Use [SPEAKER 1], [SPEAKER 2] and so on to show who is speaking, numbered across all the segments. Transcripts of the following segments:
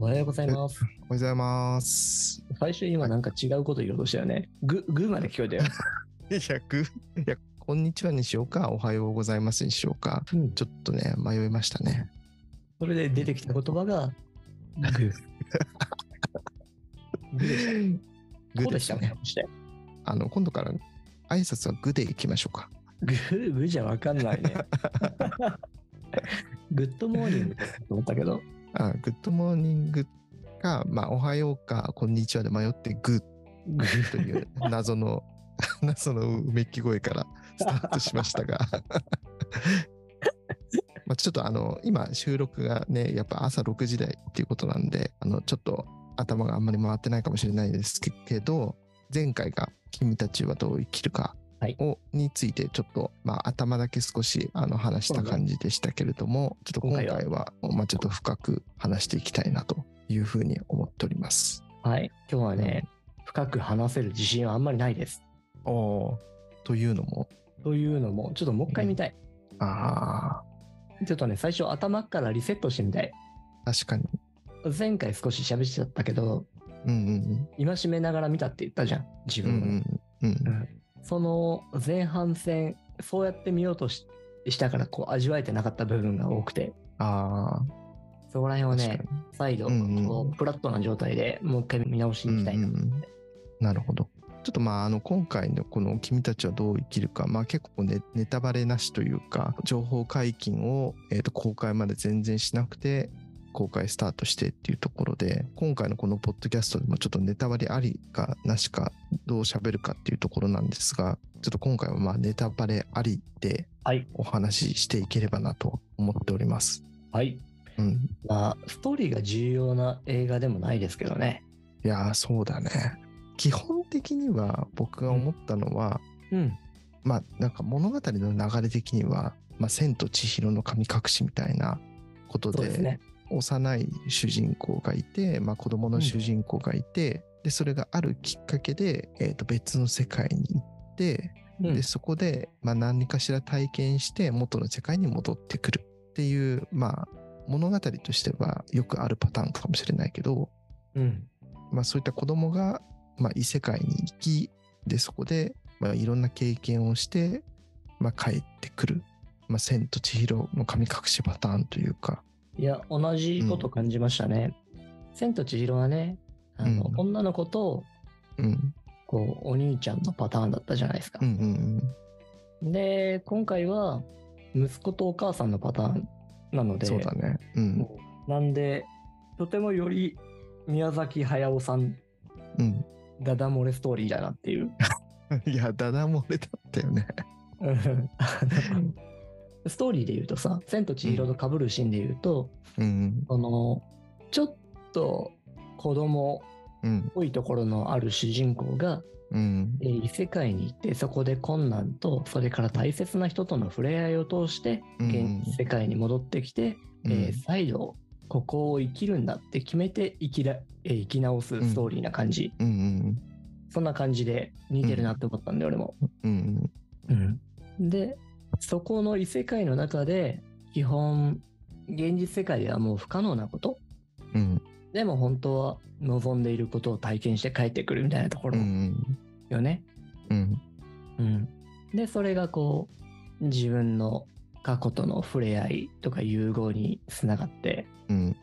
[SPEAKER 1] はようございます。
[SPEAKER 2] おはようござ います。
[SPEAKER 1] 最初今なんか違うこと言おうとしたよね。ぐ、ぐまで聞こえたよ。
[SPEAKER 2] 100? いや、こんにちはにしようか、おはようございますにしようか、
[SPEAKER 1] うん
[SPEAKER 2] ちょっとね、迷いましたね。
[SPEAKER 1] それで出てきた言葉が、ぐ。ぐでした。
[SPEAKER 2] グ
[SPEAKER 1] そうでしたね。。して
[SPEAKER 2] あの、今度から挨拶はグでいきましょうか。
[SPEAKER 1] ぐ、ぐじゃわかんないね。 グッドモーニングだと思ったけど、
[SPEAKER 2] あグッドモーニングか、まあ、おはようか、こんにちはで迷ってグッ
[SPEAKER 1] ぐ、
[SPEAKER 2] という謎の、 謎のうめき声からスタートしましたが。 まあちょっとあの、今収録がね、やっぱ朝6時台っていうことなんで、あの、ちょっと頭があんまり回ってないかもしれないですけど、前回が君たちはどう生きるか
[SPEAKER 1] はい
[SPEAKER 2] を、についてちょっと、まあ頭だけ少しあの話した感じでしたけれども、ちょっと今回は、まあちょっと深く話していきたいなというふうに思っております。
[SPEAKER 1] はい。今日はね、深く話せる自信はあんまりないです。
[SPEAKER 2] おーというのも、
[SPEAKER 1] というのも、ちょっともう一回見たい。
[SPEAKER 2] あ
[SPEAKER 1] ちょっとね、最初頭からリセットしてみたい。
[SPEAKER 2] あ、確かに。
[SPEAKER 1] 前回少し喋っちゃったけど、
[SPEAKER 2] うんうん
[SPEAKER 1] 戒めながら見たって言ったじゃん、自
[SPEAKER 2] うん。う
[SPEAKER 1] 分を
[SPEAKER 2] んうんうん。
[SPEAKER 1] その前半戦、そうやって見ようとししたから、こう、味わえてなかった部分が多くて、
[SPEAKER 2] あ
[SPEAKER 1] そこら辺
[SPEAKER 2] あ、
[SPEAKER 1] を
[SPEAKER 2] 確か
[SPEAKER 1] ね
[SPEAKER 2] に、。
[SPEAKER 1] 再度、
[SPEAKER 2] うんうん
[SPEAKER 1] こう、フラットな状態でもう一回見直しに行きたいな。
[SPEAKER 2] うんうんうんなるほど。ちょっとまあ、あの、今回のこの君たちはどう生きるか、まあ結構ね、ネタバレなしというか、情報解禁を、えーと公開まで全然しなくて、公開スタートしてっていうところで、今回のこのポッドキャストでもちょっとネタバレありかなしか、どう喋るかっていうところなんですが、ちょっと今回はまあネタバレありで
[SPEAKER 1] はい。
[SPEAKER 2] お話ししていければなと思っております。
[SPEAKER 1] はい。
[SPEAKER 2] うん。
[SPEAKER 1] まあ、ストーリーが重要な映画でもないですけどね。
[SPEAKER 2] いやー、そうだね。基本的には僕が思ったのは、
[SPEAKER 1] うん。
[SPEAKER 2] まあなんか物語の流れ的には「まあ、千と千尋の神隠し」みたいなこと
[SPEAKER 1] そう
[SPEAKER 2] で
[SPEAKER 1] ですね。
[SPEAKER 2] 幼い主人公がいて、まあ、子供の主人公がいて、でそれがあるきっかけで、えーと別の世界に行って
[SPEAKER 1] うん
[SPEAKER 2] でそこで、まあ、何かしら体験して元の世界に戻ってくるっていう、まあ、物語としてはよくあるパターンかもしれないけど、
[SPEAKER 1] うん。
[SPEAKER 2] まあ、そういった子供が、まあ、異世界に行きでそこで、まあ、いろんな経験をして、まあ、帰ってくる「まあ、千と千尋の神隠し」パターンというか
[SPEAKER 1] いや、同じこと感じましたね。千と千尋はね、あの、
[SPEAKER 2] うん
[SPEAKER 1] 女の子と、
[SPEAKER 2] うん
[SPEAKER 1] こう、お兄ちゃんのパターンだったじゃないですか。
[SPEAKER 2] うんうんうん
[SPEAKER 1] で、今回は息子とお母さんのパターンなので、
[SPEAKER 2] そうだねうん
[SPEAKER 1] なんで、とてもより宮崎駿さん、
[SPEAKER 2] う
[SPEAKER 1] ダダ漏れストーリーだなって いう。
[SPEAKER 2] ん いやダダ漏れだったよね
[SPEAKER 1] ストーリーで言うとさ、千と千尋と被るシーンで言うと、
[SPEAKER 2] うん
[SPEAKER 1] その、ちょっと子供
[SPEAKER 2] うん
[SPEAKER 1] っぽいところのある主人公が、
[SPEAKER 2] うん
[SPEAKER 1] えー異世界に行って、そこで困難と、それから大切な人との触れ合いを通して、
[SPEAKER 2] うん
[SPEAKER 1] 現世界に戻ってきて、
[SPEAKER 2] うん
[SPEAKER 1] えー再度ここを生きるんだって決めて生きら、えー生き直すストーリーな感じ、
[SPEAKER 2] うんうん
[SPEAKER 1] そんな感じで似てるなって思ったんで、俺も、
[SPEAKER 2] うん
[SPEAKER 1] でそこの異世界の中で基本現実世界ではもう不可能なこと
[SPEAKER 2] うん
[SPEAKER 1] でも本当は望んでいることを体験して帰ってくるみたいなとこ
[SPEAKER 2] う
[SPEAKER 1] ろ
[SPEAKER 2] ん
[SPEAKER 1] よね、
[SPEAKER 2] うん
[SPEAKER 1] うんでそれがこう自分の過去との触れ合いとか融合につながって
[SPEAKER 2] うん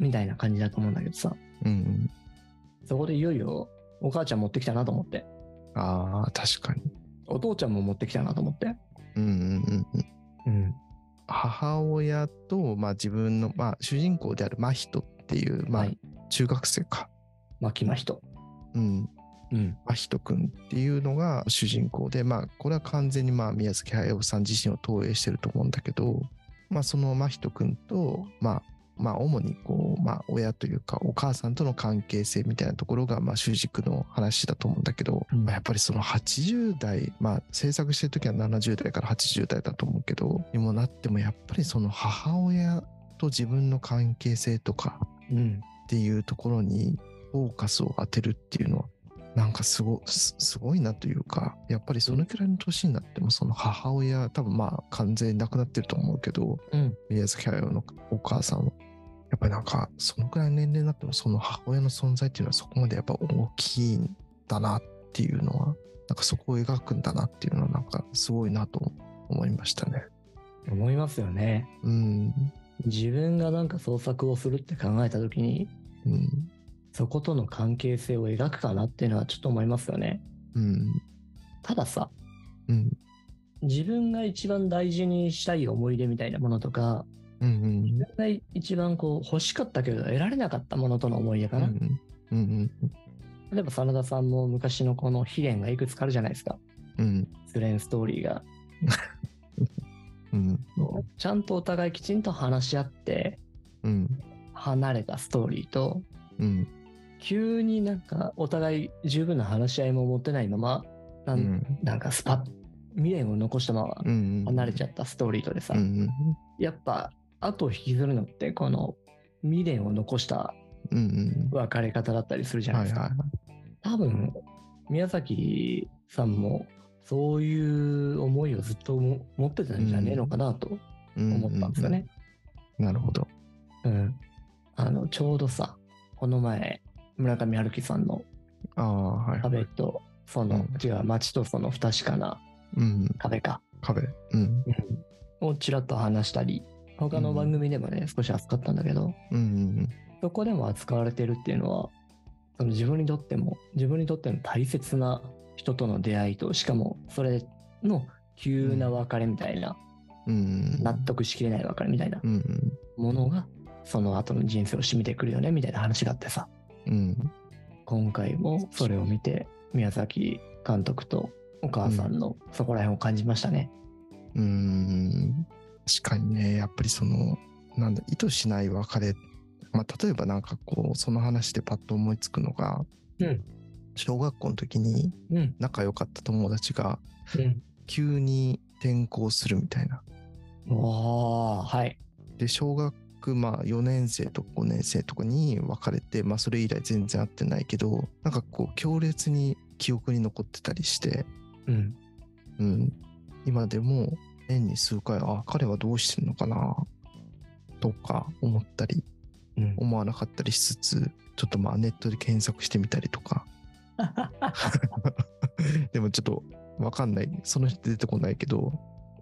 [SPEAKER 1] みたいな感じだと思うんだけどさ、
[SPEAKER 2] うん
[SPEAKER 1] そこでいよいよお母ちゃん持ってきたなと思って、
[SPEAKER 2] あー確かに
[SPEAKER 1] お父ちゃんも持ってきたなと思って。
[SPEAKER 2] うんうんうん
[SPEAKER 1] う
[SPEAKER 2] うん
[SPEAKER 1] ん。
[SPEAKER 2] 母親と、まあ、自分の、まあ、主人公である真人っていう、ま
[SPEAKER 1] は
[SPEAKER 2] あ
[SPEAKER 1] い、
[SPEAKER 2] 中学生か、
[SPEAKER 1] 巻きま人。
[SPEAKER 2] うん、
[SPEAKER 1] うん。
[SPEAKER 2] 真人くんっていうのが主人公で、まあ、これは完全に、まあ、宮崎駿さん自身を投影してると思うんだけど、まあ、その真人くんと、まあまあ、主にこう、まあ、親というかお母さんとの関係性みたいなところが、まあ、主軸の話だと思うんだけど、
[SPEAKER 1] うん
[SPEAKER 2] まあやっぱりその80代、まあ、制作してる時は70代から80代だと思うけどにもなってもやっぱりその母親と自分の関係性とか
[SPEAKER 1] うん。
[SPEAKER 2] っていうところにフォーカスを当てるっていうのはなんかすごすすごいなというかやっぱりそのくらいの年になってもその母親多分まあ完全に亡くなってると思うけど
[SPEAKER 1] うん。
[SPEAKER 2] 宮崎駿のお母さんはやっぱぱりなんかそのくらいの年齢になってもその母親の存在っていうのはそこまでやっぱ大きいんだなっていうのはなんかそこを描くんだなっていうのはなんかすごいなと思いましたね。
[SPEAKER 1] 思いますよね。
[SPEAKER 2] うん、
[SPEAKER 1] 自分がなんか創作をするって考えた時に、
[SPEAKER 2] うん、
[SPEAKER 1] そことの関係性を描くかなっていうのはちょっと思いますよね。
[SPEAKER 2] うん、
[SPEAKER 1] たださ、
[SPEAKER 2] うん、
[SPEAKER 1] 自分が一番大事にしたい思い出みたいなものとか、
[SPEAKER 2] うん、うん、
[SPEAKER 1] 自分が一番こう欲しかったけど得られなかったものとの思い出かな。
[SPEAKER 2] うん、うん、
[SPEAKER 1] 例えば真田さんも昔のこの秘伝がいくつかあるじゃないですか。
[SPEAKER 2] うん、
[SPEAKER 1] 失恋ストーリーが。
[SPEAKER 2] うん、
[SPEAKER 1] ちゃんとお互いきちんと話し合って
[SPEAKER 2] うん、
[SPEAKER 1] 離れたストーリーと、
[SPEAKER 2] うん、
[SPEAKER 1] 急になんかお互い十分な話し合いも持ってないまま、なん
[SPEAKER 2] うん、
[SPEAKER 1] なんかスパッ未練を残したまま
[SPEAKER 2] うん、
[SPEAKER 1] 離れちゃ
[SPEAKER 2] っ
[SPEAKER 1] ったストーリーとでさ、
[SPEAKER 2] うん、うん、
[SPEAKER 1] やっぱ後を引きずるのってこの未練を残した
[SPEAKER 2] うん、
[SPEAKER 1] 別れ方だったりするじゃない
[SPEAKER 2] はい
[SPEAKER 1] で
[SPEAKER 2] はい
[SPEAKER 1] すか、
[SPEAKER 2] はい。
[SPEAKER 1] 多分宮崎さんもそういう思いをずっとも持ってたんじゃねえのかなと思ったんですよね、
[SPEAKER 2] うん。なるほど。
[SPEAKER 1] うんあのちょうどさこの前村上春樹さんの
[SPEAKER 2] ああ、はい
[SPEAKER 1] 「
[SPEAKER 2] はい。
[SPEAKER 1] 壁とその、
[SPEAKER 2] うん
[SPEAKER 1] 違う街とその不確かな
[SPEAKER 2] うん、
[SPEAKER 1] 壁か」
[SPEAKER 2] 壁。うん、
[SPEAKER 1] をちらっと話したり他の番組でもね、少し扱ったんだけど
[SPEAKER 2] うん、うん、
[SPEAKER 1] そこでも扱われてるっていうのはその自分にとっても自分にとっての大切な人との出会いとしかもそれの急な別れみたいな、
[SPEAKER 2] うん。
[SPEAKER 1] 納得しきれない別れみたいな
[SPEAKER 2] うん、
[SPEAKER 1] ものがその後の人生を占めてくるよねみたいな話があってさ
[SPEAKER 2] うん、
[SPEAKER 1] 今回もそれを見て宮崎監督とお母さんのそこら辺を感じましたね。
[SPEAKER 2] うん。確かにね、やっぱりその、なんだ、意図しない別れ。まあ、例えばなんかこう、その話でパッと思いつくのが、
[SPEAKER 1] うん
[SPEAKER 2] 小学校の時に
[SPEAKER 1] うん、
[SPEAKER 2] 仲良かった友達が急に転校するみたいな。
[SPEAKER 1] うん、わーはい。
[SPEAKER 2] で小学まあ4年生と5年生とかに別れて、まあ、それ以来全然会ってないけどなんかこう強烈に記憶に残ってたりして、
[SPEAKER 1] うん
[SPEAKER 2] うん、今でも年に数回あ彼はどうしてるのかなとか思ったり
[SPEAKER 1] うん
[SPEAKER 2] 思わなかったりしつつちょっとまあネットで検索してみたりとか でもちょっと分かんないその人出てこないけど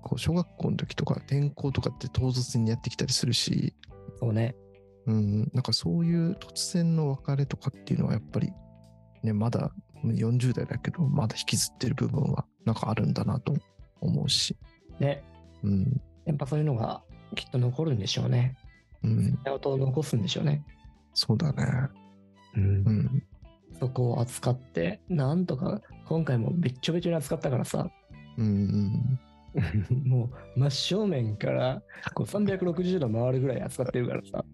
[SPEAKER 2] こう小学校の時とか転校とかって唐突にやってきたりするし
[SPEAKER 1] そうね。
[SPEAKER 2] うん、なんかそういう突然の別れとかっていうのはやっぱりね、まだ40代だけど、まだ引きずってる部分はなんかあるんだなと思うし、
[SPEAKER 1] ね。
[SPEAKER 2] うん、
[SPEAKER 1] やっぱそういうのがきっと残るんでしょうね。
[SPEAKER 2] うん、
[SPEAKER 1] 音を残すんでしょうね。
[SPEAKER 2] そうだね、うん、
[SPEAKER 1] そこを扱って、なんとか、今回もべっちょべちょに扱ったから さ、
[SPEAKER 2] うん、うん、
[SPEAKER 1] もう真正面からこう360度回るぐらい扱ってるからさ。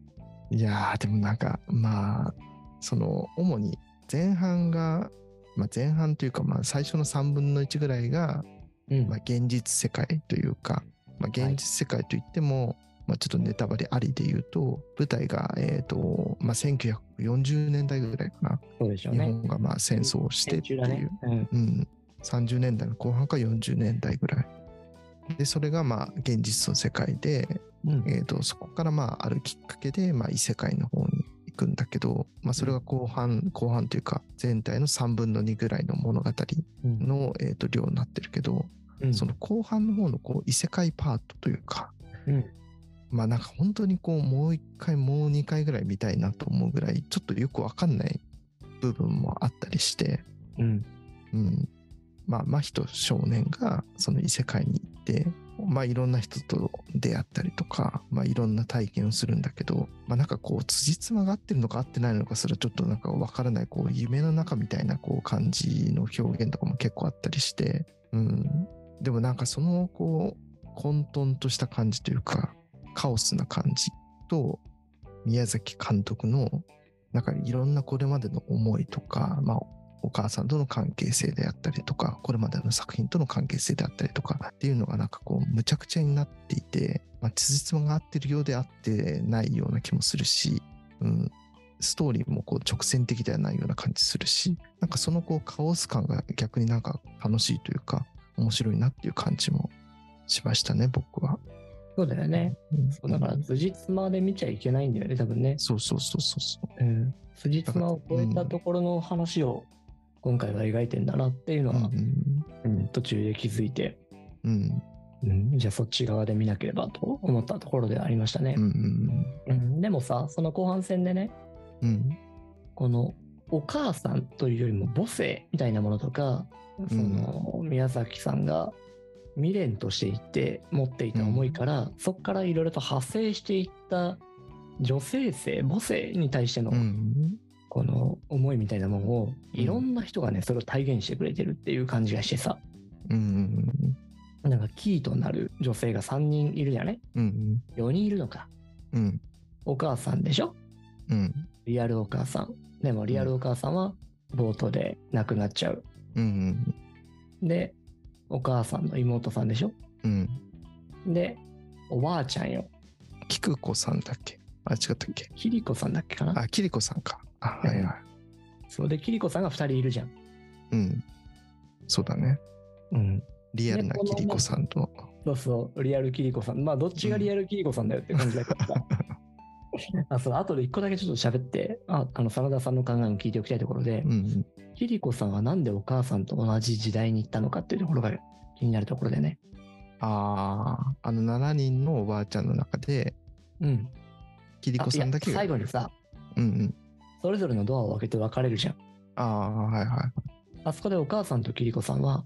[SPEAKER 2] いやー、でもなんか、まあ、その、主に前半が、まあ、前半というか、まあ、最初の3分の1ぐらいが、
[SPEAKER 1] うん
[SPEAKER 2] まあ、現実世界というか、まあ、現実世界といっても、まあ、ちょっとネタバレありで言うと舞台が、えーとまあ、1940年代ぐらいかな、
[SPEAKER 1] そうでしょう
[SPEAKER 2] 日
[SPEAKER 1] ね。
[SPEAKER 2] 本がまあ戦争をしてってい
[SPEAKER 1] 中だ
[SPEAKER 2] う、
[SPEAKER 1] ね。うん。
[SPEAKER 2] うん、30年代の後半か40年代ぐらいでそれがまあ現実の世界で、
[SPEAKER 1] うん
[SPEAKER 2] えー、とそこからまああるきっかけでまあ異世界の方に行くんだけど、まあ、それが後半後半というか全体の3分の2ぐらいの物語
[SPEAKER 1] うん
[SPEAKER 2] の、えー、と量になってるけど、
[SPEAKER 1] うん
[SPEAKER 2] その後半の方のこう異世界パートというか、
[SPEAKER 1] うん
[SPEAKER 2] まあなんか本当にこうもう一回もう二回ぐらい見たいなと思うぐらいちょっとよくわかんない部分もあったりして、
[SPEAKER 1] うん
[SPEAKER 2] うん、まあ真人少年がその異世界に行って、まあいろんな人と出会ったりとか、まあいろんな体験をするんだけど、まあなんかこう辻褄が合ってるのか合ってないのかすらちょっとなんかわからないこう夢の中みたいなこう感じの表現とかも結構あったりして、うん、でもなんかそのこう混沌とした感じというかカオスな感じと宮崎監督のなんかいろんなこれまでの思いとか、まあ、お母さんとの関係性であったりとかこれまでの作品との関係性であったりとかっていうのがなんかこうむちゃくちゃになっていてまあ辻褄が合ってるようで合ってないような気もするし、うん、ストーリーもこう直線的ではないような感じするしなんかそのこうカオス感が逆になんか楽しいというか面白いなっていう感じもしましたね僕は。
[SPEAKER 1] そうだよね。
[SPEAKER 2] うん
[SPEAKER 1] そうだから、辻褄で見ちゃいけないんだよね、多分ね。
[SPEAKER 2] そうそうそうそうそう。
[SPEAKER 1] うん。辻褄を超えたところの話を、今回は描いてんだなっていうのは、うん途中で気づいて、
[SPEAKER 2] うんうん
[SPEAKER 1] うん、じゃあそっち側で見なければと思ったところではありましたね
[SPEAKER 2] うんう。ん
[SPEAKER 1] うん、でもさ、その後半戦でね、
[SPEAKER 2] うん
[SPEAKER 1] このお母さんというよりも母性みたいなものとか、その宮崎さんが未練としていて持っていた思いから、そこからいろいろと派生していった女性性母性に対しての
[SPEAKER 2] うん
[SPEAKER 1] この思いみたいなものを
[SPEAKER 2] うん
[SPEAKER 1] いろんな人がねそれを体現してくれてるっていう感じがしてさ
[SPEAKER 2] うん
[SPEAKER 1] なんかキーとなる女性が3人いるじゃない
[SPEAKER 2] うんうん
[SPEAKER 1] 4人いるのか
[SPEAKER 2] うん
[SPEAKER 1] お母さんでしょ
[SPEAKER 2] うん
[SPEAKER 1] リアルお母さんでもリアルお母さんはボートで亡くなっちゃう
[SPEAKER 2] うん
[SPEAKER 1] で、お母さんの妹さんでしょ
[SPEAKER 2] うん
[SPEAKER 1] で、おばあちゃんよ。
[SPEAKER 2] キクコさんだっけあ違ったっけ
[SPEAKER 1] キリコさんだっけかな
[SPEAKER 2] あキリコさんかあはいはい
[SPEAKER 1] そうで、キリコさんが2人いるじゃん。
[SPEAKER 2] うんそうだね
[SPEAKER 1] うん。
[SPEAKER 2] リアルなキリコさんと
[SPEAKER 1] そうそう、リアルキリコさん。まあ、どっちがリアルキリコさんだよって感じだけ どさ。あそう後で1個だけちょっと喋って、ああの、真田さんの考えも聞いておきたいところで
[SPEAKER 2] う、ん
[SPEAKER 1] キリコさんはなんでお母さんと同じ時代に行ったのかっていうところが気になるところでね。
[SPEAKER 2] あああの7人のおばあちゃんの中で
[SPEAKER 1] うん。
[SPEAKER 2] キリコさんだけ
[SPEAKER 1] あいや最
[SPEAKER 2] が
[SPEAKER 1] 後にさ、
[SPEAKER 2] うんうん
[SPEAKER 1] それぞれのドアを開けて別れるじゃん。
[SPEAKER 2] ああはいは
[SPEAKER 1] あそこでお母さんとキリコさんは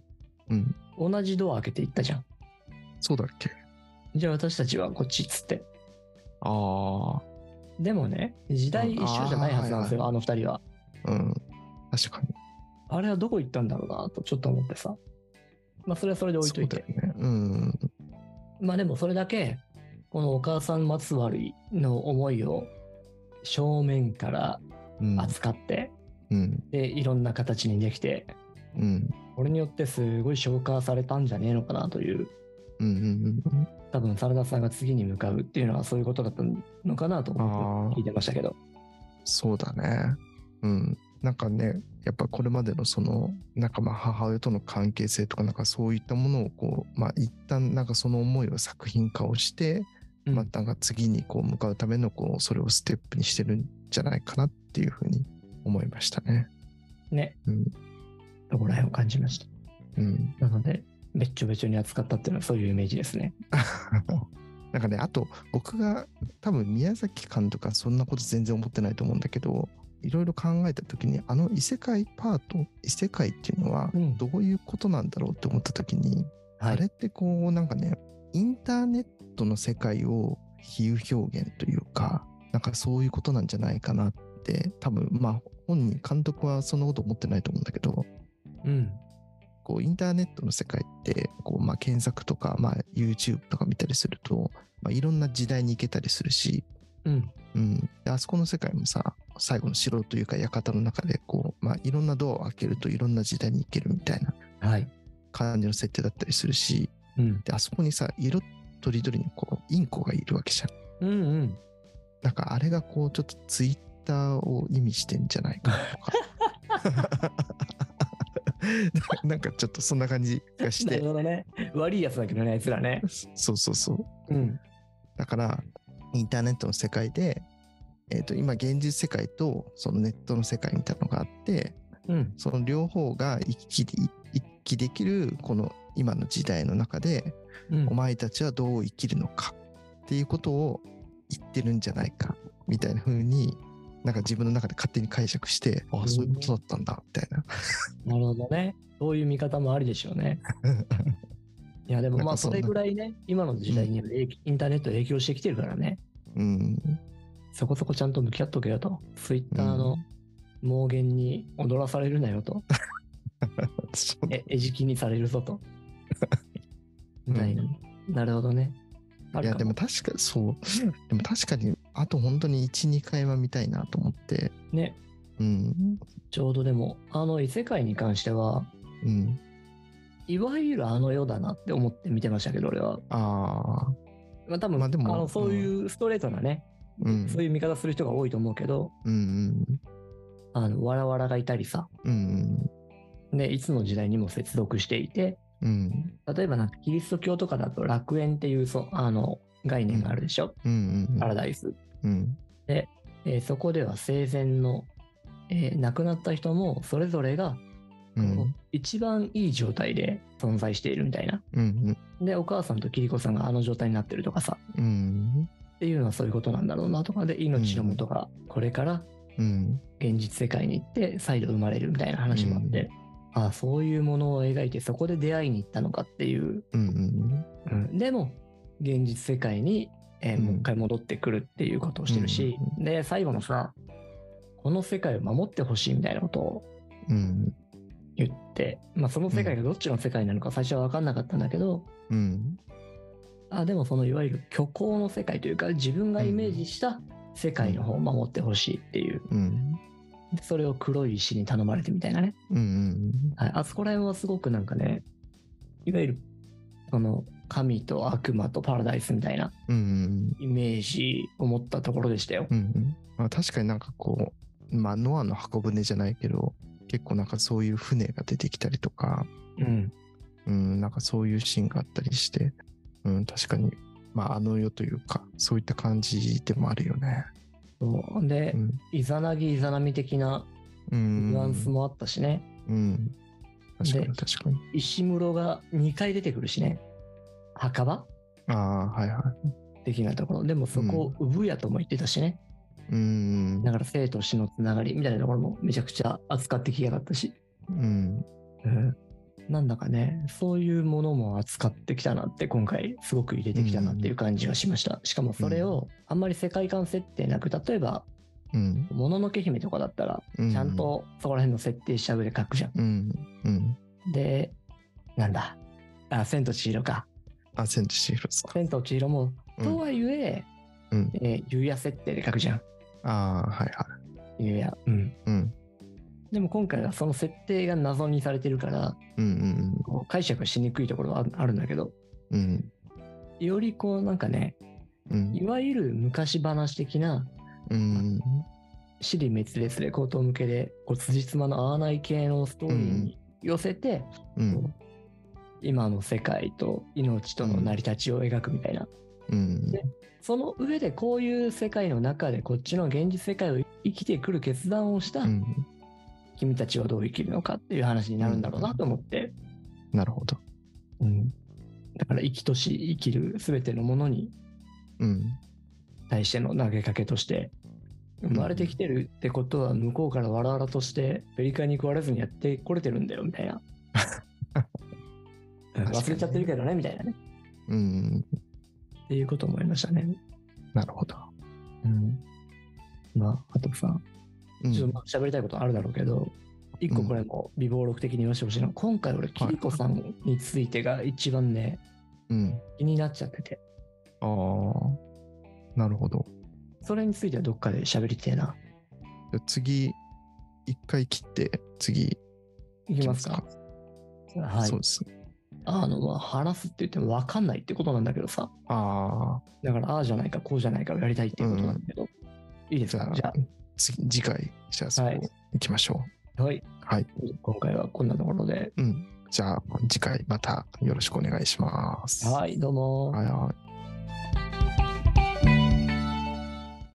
[SPEAKER 1] い
[SPEAKER 2] うん
[SPEAKER 1] 同じドア開けて行ったじゃん。
[SPEAKER 2] そうだっけ
[SPEAKER 1] じゃあ私たちはこっちっつって。
[SPEAKER 2] あ
[SPEAKER 1] でもね、時代一緒じゃないはずなんですよ、あの二人は。
[SPEAKER 2] あうん確かに
[SPEAKER 1] あれはどこ行ったんだろうなとちょっと思ってさ。まあそれはそれで置いといて。
[SPEAKER 2] そうだよねうん
[SPEAKER 1] まあでもそれだけ、このお母さんまつわりの思いを正面から
[SPEAKER 2] うん
[SPEAKER 1] 扱って、
[SPEAKER 2] うん
[SPEAKER 1] で、いろんな形にできて、
[SPEAKER 2] うん
[SPEAKER 1] これによってすごい消化されたんじゃねえのかなという、
[SPEAKER 2] うんうんうん
[SPEAKER 1] 多分真田さんが次に向かうっていうのはそういうことだったのかなと思って聞いてましたけど。
[SPEAKER 2] そうだね。うん。なんかね、やっぱこれまでのその、なんかまあ母親との関係性とか、なんかそういったものをこう、まあ一旦なんかその思いを作品化をして、
[SPEAKER 1] うん
[SPEAKER 2] まあなんか次にこう向かうためのこう、それをステップにしてるんじゃないかなっていうふうに思いましたね。
[SPEAKER 1] ね。
[SPEAKER 2] うん
[SPEAKER 1] そこら辺を感じました。
[SPEAKER 2] うん。
[SPEAKER 1] なので、べっちょべちょに扱ったっていうのはそういうイメージですね。
[SPEAKER 2] なんかね、あと僕が多分宮崎監督はそんなこと全然思ってないと思うんだけど、いろいろ考えた時に、あの異世界パート、異世界っていうのは、
[SPEAKER 1] うん
[SPEAKER 2] どういうことなんだろうって思った時に、
[SPEAKER 1] は
[SPEAKER 2] あれ
[SPEAKER 1] い。
[SPEAKER 2] ってこうなんかねインターネットの世界を比喩表現というかなんかそういうことなんじゃないかなって多分まあ本人監督はそんなこと思ってないと思うんだけど
[SPEAKER 1] うん。
[SPEAKER 2] こうインターネットの世界ってこう、まあ、検索とか、まあ、YouTube とか見たりすると、まあ、いろんな時代に行けたりするし、
[SPEAKER 1] うん。
[SPEAKER 2] うん、であそこの世界もさ最後の城というか館の中でこう、まあ、いろんなドアを開けるといろんな時代に行けるみたいな
[SPEAKER 1] はい。
[SPEAKER 2] 感じの設定だったりするし
[SPEAKER 1] うん。
[SPEAKER 2] であそこにさ色とりどりにこうインコがいるわけじゃ
[SPEAKER 1] う
[SPEAKER 2] ん
[SPEAKER 1] んうん。
[SPEAKER 2] なんかあれがこうちょっとツイッターを意味してんじゃないかなとか ななんかちょっとそんな感じがし
[SPEAKER 1] な
[SPEAKER 2] て
[SPEAKER 1] るほどね。悪いやつだけどね、あいつらね。
[SPEAKER 2] そうそうそう
[SPEAKER 1] うん。
[SPEAKER 2] だからインターネットの世界で、えー、と今現実世界とそのネットの世界みたいなのがあって
[SPEAKER 1] うん。
[SPEAKER 2] その両方が行き来で行き来できるこの今の時代の中で
[SPEAKER 1] うん
[SPEAKER 2] お前たちはどう生きるのかっていうことを言ってるんじゃないかみたいな風になんか自分の中で勝手に解釈してあ
[SPEAKER 1] う
[SPEAKER 2] あ
[SPEAKER 1] ん
[SPEAKER 2] そういうことだったんだみたい な
[SPEAKER 1] なるほどね。そういう見方もありでしょうね。いや、でも
[SPEAKER 2] なん
[SPEAKER 1] まあ、
[SPEAKER 2] かそ
[SPEAKER 1] そ
[SPEAKER 2] んな
[SPEAKER 1] れぐらいね、今の時代には影響インターネット影響してきてるからね。
[SPEAKER 2] うん
[SPEAKER 1] そこそこちゃんと向き合っとけよと。ツイッターの盲言に踊らされるなよ と。
[SPEAKER 2] そう
[SPEAKER 1] え、餌食にされるぞと。みたいな。なるほどね。あ
[SPEAKER 2] い
[SPEAKER 1] る
[SPEAKER 2] や
[SPEAKER 1] か
[SPEAKER 2] でも確かそうでも確かにあと本当に12回は見たいなと思って
[SPEAKER 1] ね。
[SPEAKER 2] うん
[SPEAKER 1] ちょうどでも、あの異世界に関しては、
[SPEAKER 2] うん
[SPEAKER 1] いわゆるあの世だなって思って見てましたけど、俺は。
[SPEAKER 2] ああ
[SPEAKER 1] まあ多分、
[SPEAKER 2] ま
[SPEAKER 1] あ、
[SPEAKER 2] あでも
[SPEAKER 1] のそういうストレートなね、
[SPEAKER 2] うん
[SPEAKER 1] そういう見方する人が多いと思うけど、
[SPEAKER 2] うん
[SPEAKER 1] あの、わらわらがいたりさ、
[SPEAKER 2] うんうん
[SPEAKER 1] で、いつの時代にも接続していて、
[SPEAKER 2] うん
[SPEAKER 1] 例えばなんかキリスト教とかだと楽園っていうそ、あの、概念があるでしょ、
[SPEAKER 2] うんうんうん
[SPEAKER 1] パラダイス、
[SPEAKER 2] うん
[SPEAKER 1] えーそこでは生前の、えー亡くなった人もそれぞれがこう
[SPEAKER 2] う
[SPEAKER 1] ん一番いい状態で存在しているみたいな。
[SPEAKER 2] うん
[SPEAKER 1] でお母さんとキリコさんがあの状態になってるとかさ
[SPEAKER 2] うん
[SPEAKER 1] っていうのはそういうことなんだろうなとかで命の元がこれから
[SPEAKER 2] うん
[SPEAKER 1] 現実世界に行って再度生まれるみたいな話もあって、ああそういうものを描いてそこで出会いに行ったのかっていう、
[SPEAKER 2] うんうん
[SPEAKER 1] うんでも現実世界に、えー
[SPEAKER 2] うん
[SPEAKER 1] もう一回戻ってくるっていうことをしてるし、で最後のさこの世界を守ってほしいみたいなことを
[SPEAKER 2] うん
[SPEAKER 1] 言って、まあ、その世界がどっちの世界なのか最初は分かんなかったんだけど、
[SPEAKER 2] うん
[SPEAKER 1] あでもそのいわゆる虚構の世界というか自分がイメージした世界の方を守ってほしいっていう、
[SPEAKER 2] うん
[SPEAKER 1] でそれを黒い石に頼まれてみたいなね、
[SPEAKER 2] うんうん
[SPEAKER 1] はい、あそこら辺はすごくなんかねいわゆるその神と悪魔とパラダイスみたいな
[SPEAKER 2] うんうん
[SPEAKER 1] イメージを持ったところでしたよ。
[SPEAKER 2] うんうんまあ確かになんかこうまあノアの箱舟じゃないけど結構なんかそういう船が出てきたりとか
[SPEAKER 1] うん、
[SPEAKER 2] うんなんかそういうシーンがあったりしてうん確かにまああの世というかそういった感じでもあるよね
[SPEAKER 1] そうで、
[SPEAKER 2] うん
[SPEAKER 1] イザナギイザナミ的な
[SPEAKER 2] うん
[SPEAKER 1] ニュアンスもあったしね、
[SPEAKER 2] うん確かに
[SPEAKER 1] で
[SPEAKER 2] 確かに
[SPEAKER 1] 石室が2回出てくるしね墓場
[SPEAKER 2] ああはいは
[SPEAKER 1] 的なところでもそこを産屋とも言ってたしね、
[SPEAKER 2] いうん
[SPEAKER 1] だから生と死のつながりみたいなところもめちゃくちゃ扱ってきやがったし、
[SPEAKER 2] うん
[SPEAKER 1] うん、なんだかねそういうものも扱ってきたなって今回すごく入れてきたなっていう感じがしました、しかもそれをあんまり世界観設定なく例えば
[SPEAKER 2] うん
[SPEAKER 1] 「もののけ姫」とかだったら
[SPEAKER 2] うん
[SPEAKER 1] ちゃんとそこら辺の設定した上で書くじゃん、
[SPEAKER 2] うんうん
[SPEAKER 1] でなんだあ千と千尋か
[SPEAKER 2] あ千と千尋ですか
[SPEAKER 1] 千と千尋も、
[SPEAKER 2] うん
[SPEAKER 1] とはいえ
[SPEAKER 2] うん
[SPEAKER 1] えーゆうや設定で書くじゃん
[SPEAKER 2] ああはいはい
[SPEAKER 1] ゆうやうん
[SPEAKER 2] うん
[SPEAKER 1] でも今回はその設定が謎にされてるから
[SPEAKER 2] うん
[SPEAKER 1] こう解釈しにくいところはああるんだけど、
[SPEAKER 2] うんうん
[SPEAKER 1] よりこうなんかね、
[SPEAKER 2] うん
[SPEAKER 1] いわゆる昔話的な、
[SPEAKER 2] うん
[SPEAKER 1] 死に滅裂で口頭向けで、こう辻褄の合わない系のストーリーに寄せて、
[SPEAKER 2] う
[SPEAKER 1] こ
[SPEAKER 2] ん
[SPEAKER 1] う今の世界と命との成り立ちを描くみたいな。
[SPEAKER 2] うん
[SPEAKER 1] その上でこういう世界の中でこっちの現実世界を生きてくる決断をした
[SPEAKER 2] うん
[SPEAKER 1] 君たちはどう生きるのかっていう話になるんだろうなと思って、
[SPEAKER 2] なるほど
[SPEAKER 1] うんだから生きとし生きる全てのものに
[SPEAKER 2] うん
[SPEAKER 1] 対しての投げかけとして生まれてきてるってことは向こうからわらわらとしてアメリカに食われずにやってこれてるんだよみたい なうん
[SPEAKER 2] 確かに
[SPEAKER 1] 忘れちゃってるけどねみたいなね
[SPEAKER 2] うん
[SPEAKER 1] っていうこと思いましたね、
[SPEAKER 2] なるほど
[SPEAKER 1] うん、まあ加藤さん
[SPEAKER 2] うん
[SPEAKER 1] ちょっとまあ喋りたいことあるだろうけど一個これも微暴録的に言わせてほしいのは今回俺キリコさんについてが一番ね
[SPEAKER 2] うん
[SPEAKER 1] 気になっちゃってて
[SPEAKER 2] ああなるほど
[SPEAKER 1] それについてはどっかで喋りてえな
[SPEAKER 2] じゃあ次一回切って次
[SPEAKER 1] い
[SPEAKER 2] い
[SPEAKER 1] きますかは
[SPEAKER 2] そ
[SPEAKER 1] いう
[SPEAKER 2] ですね
[SPEAKER 1] あのまあ話すって言っても分かんないってことなんだけどさ
[SPEAKER 2] ああ
[SPEAKER 1] だから、ああじゃないか、こうじゃないかをやりたいっていうことなんだけど、いいです
[SPEAKER 2] じゃ
[SPEAKER 1] か
[SPEAKER 2] あ
[SPEAKER 1] じゃ
[SPEAKER 2] 次次回じゃあそ
[SPEAKER 1] はい
[SPEAKER 2] こ行きましょ
[SPEAKER 1] あ、はい。
[SPEAKER 2] はい
[SPEAKER 1] 今回はこんなところで。
[SPEAKER 2] ううんじゃあ次回またよろしくお願いします
[SPEAKER 1] はい、どうも。
[SPEAKER 2] はいはい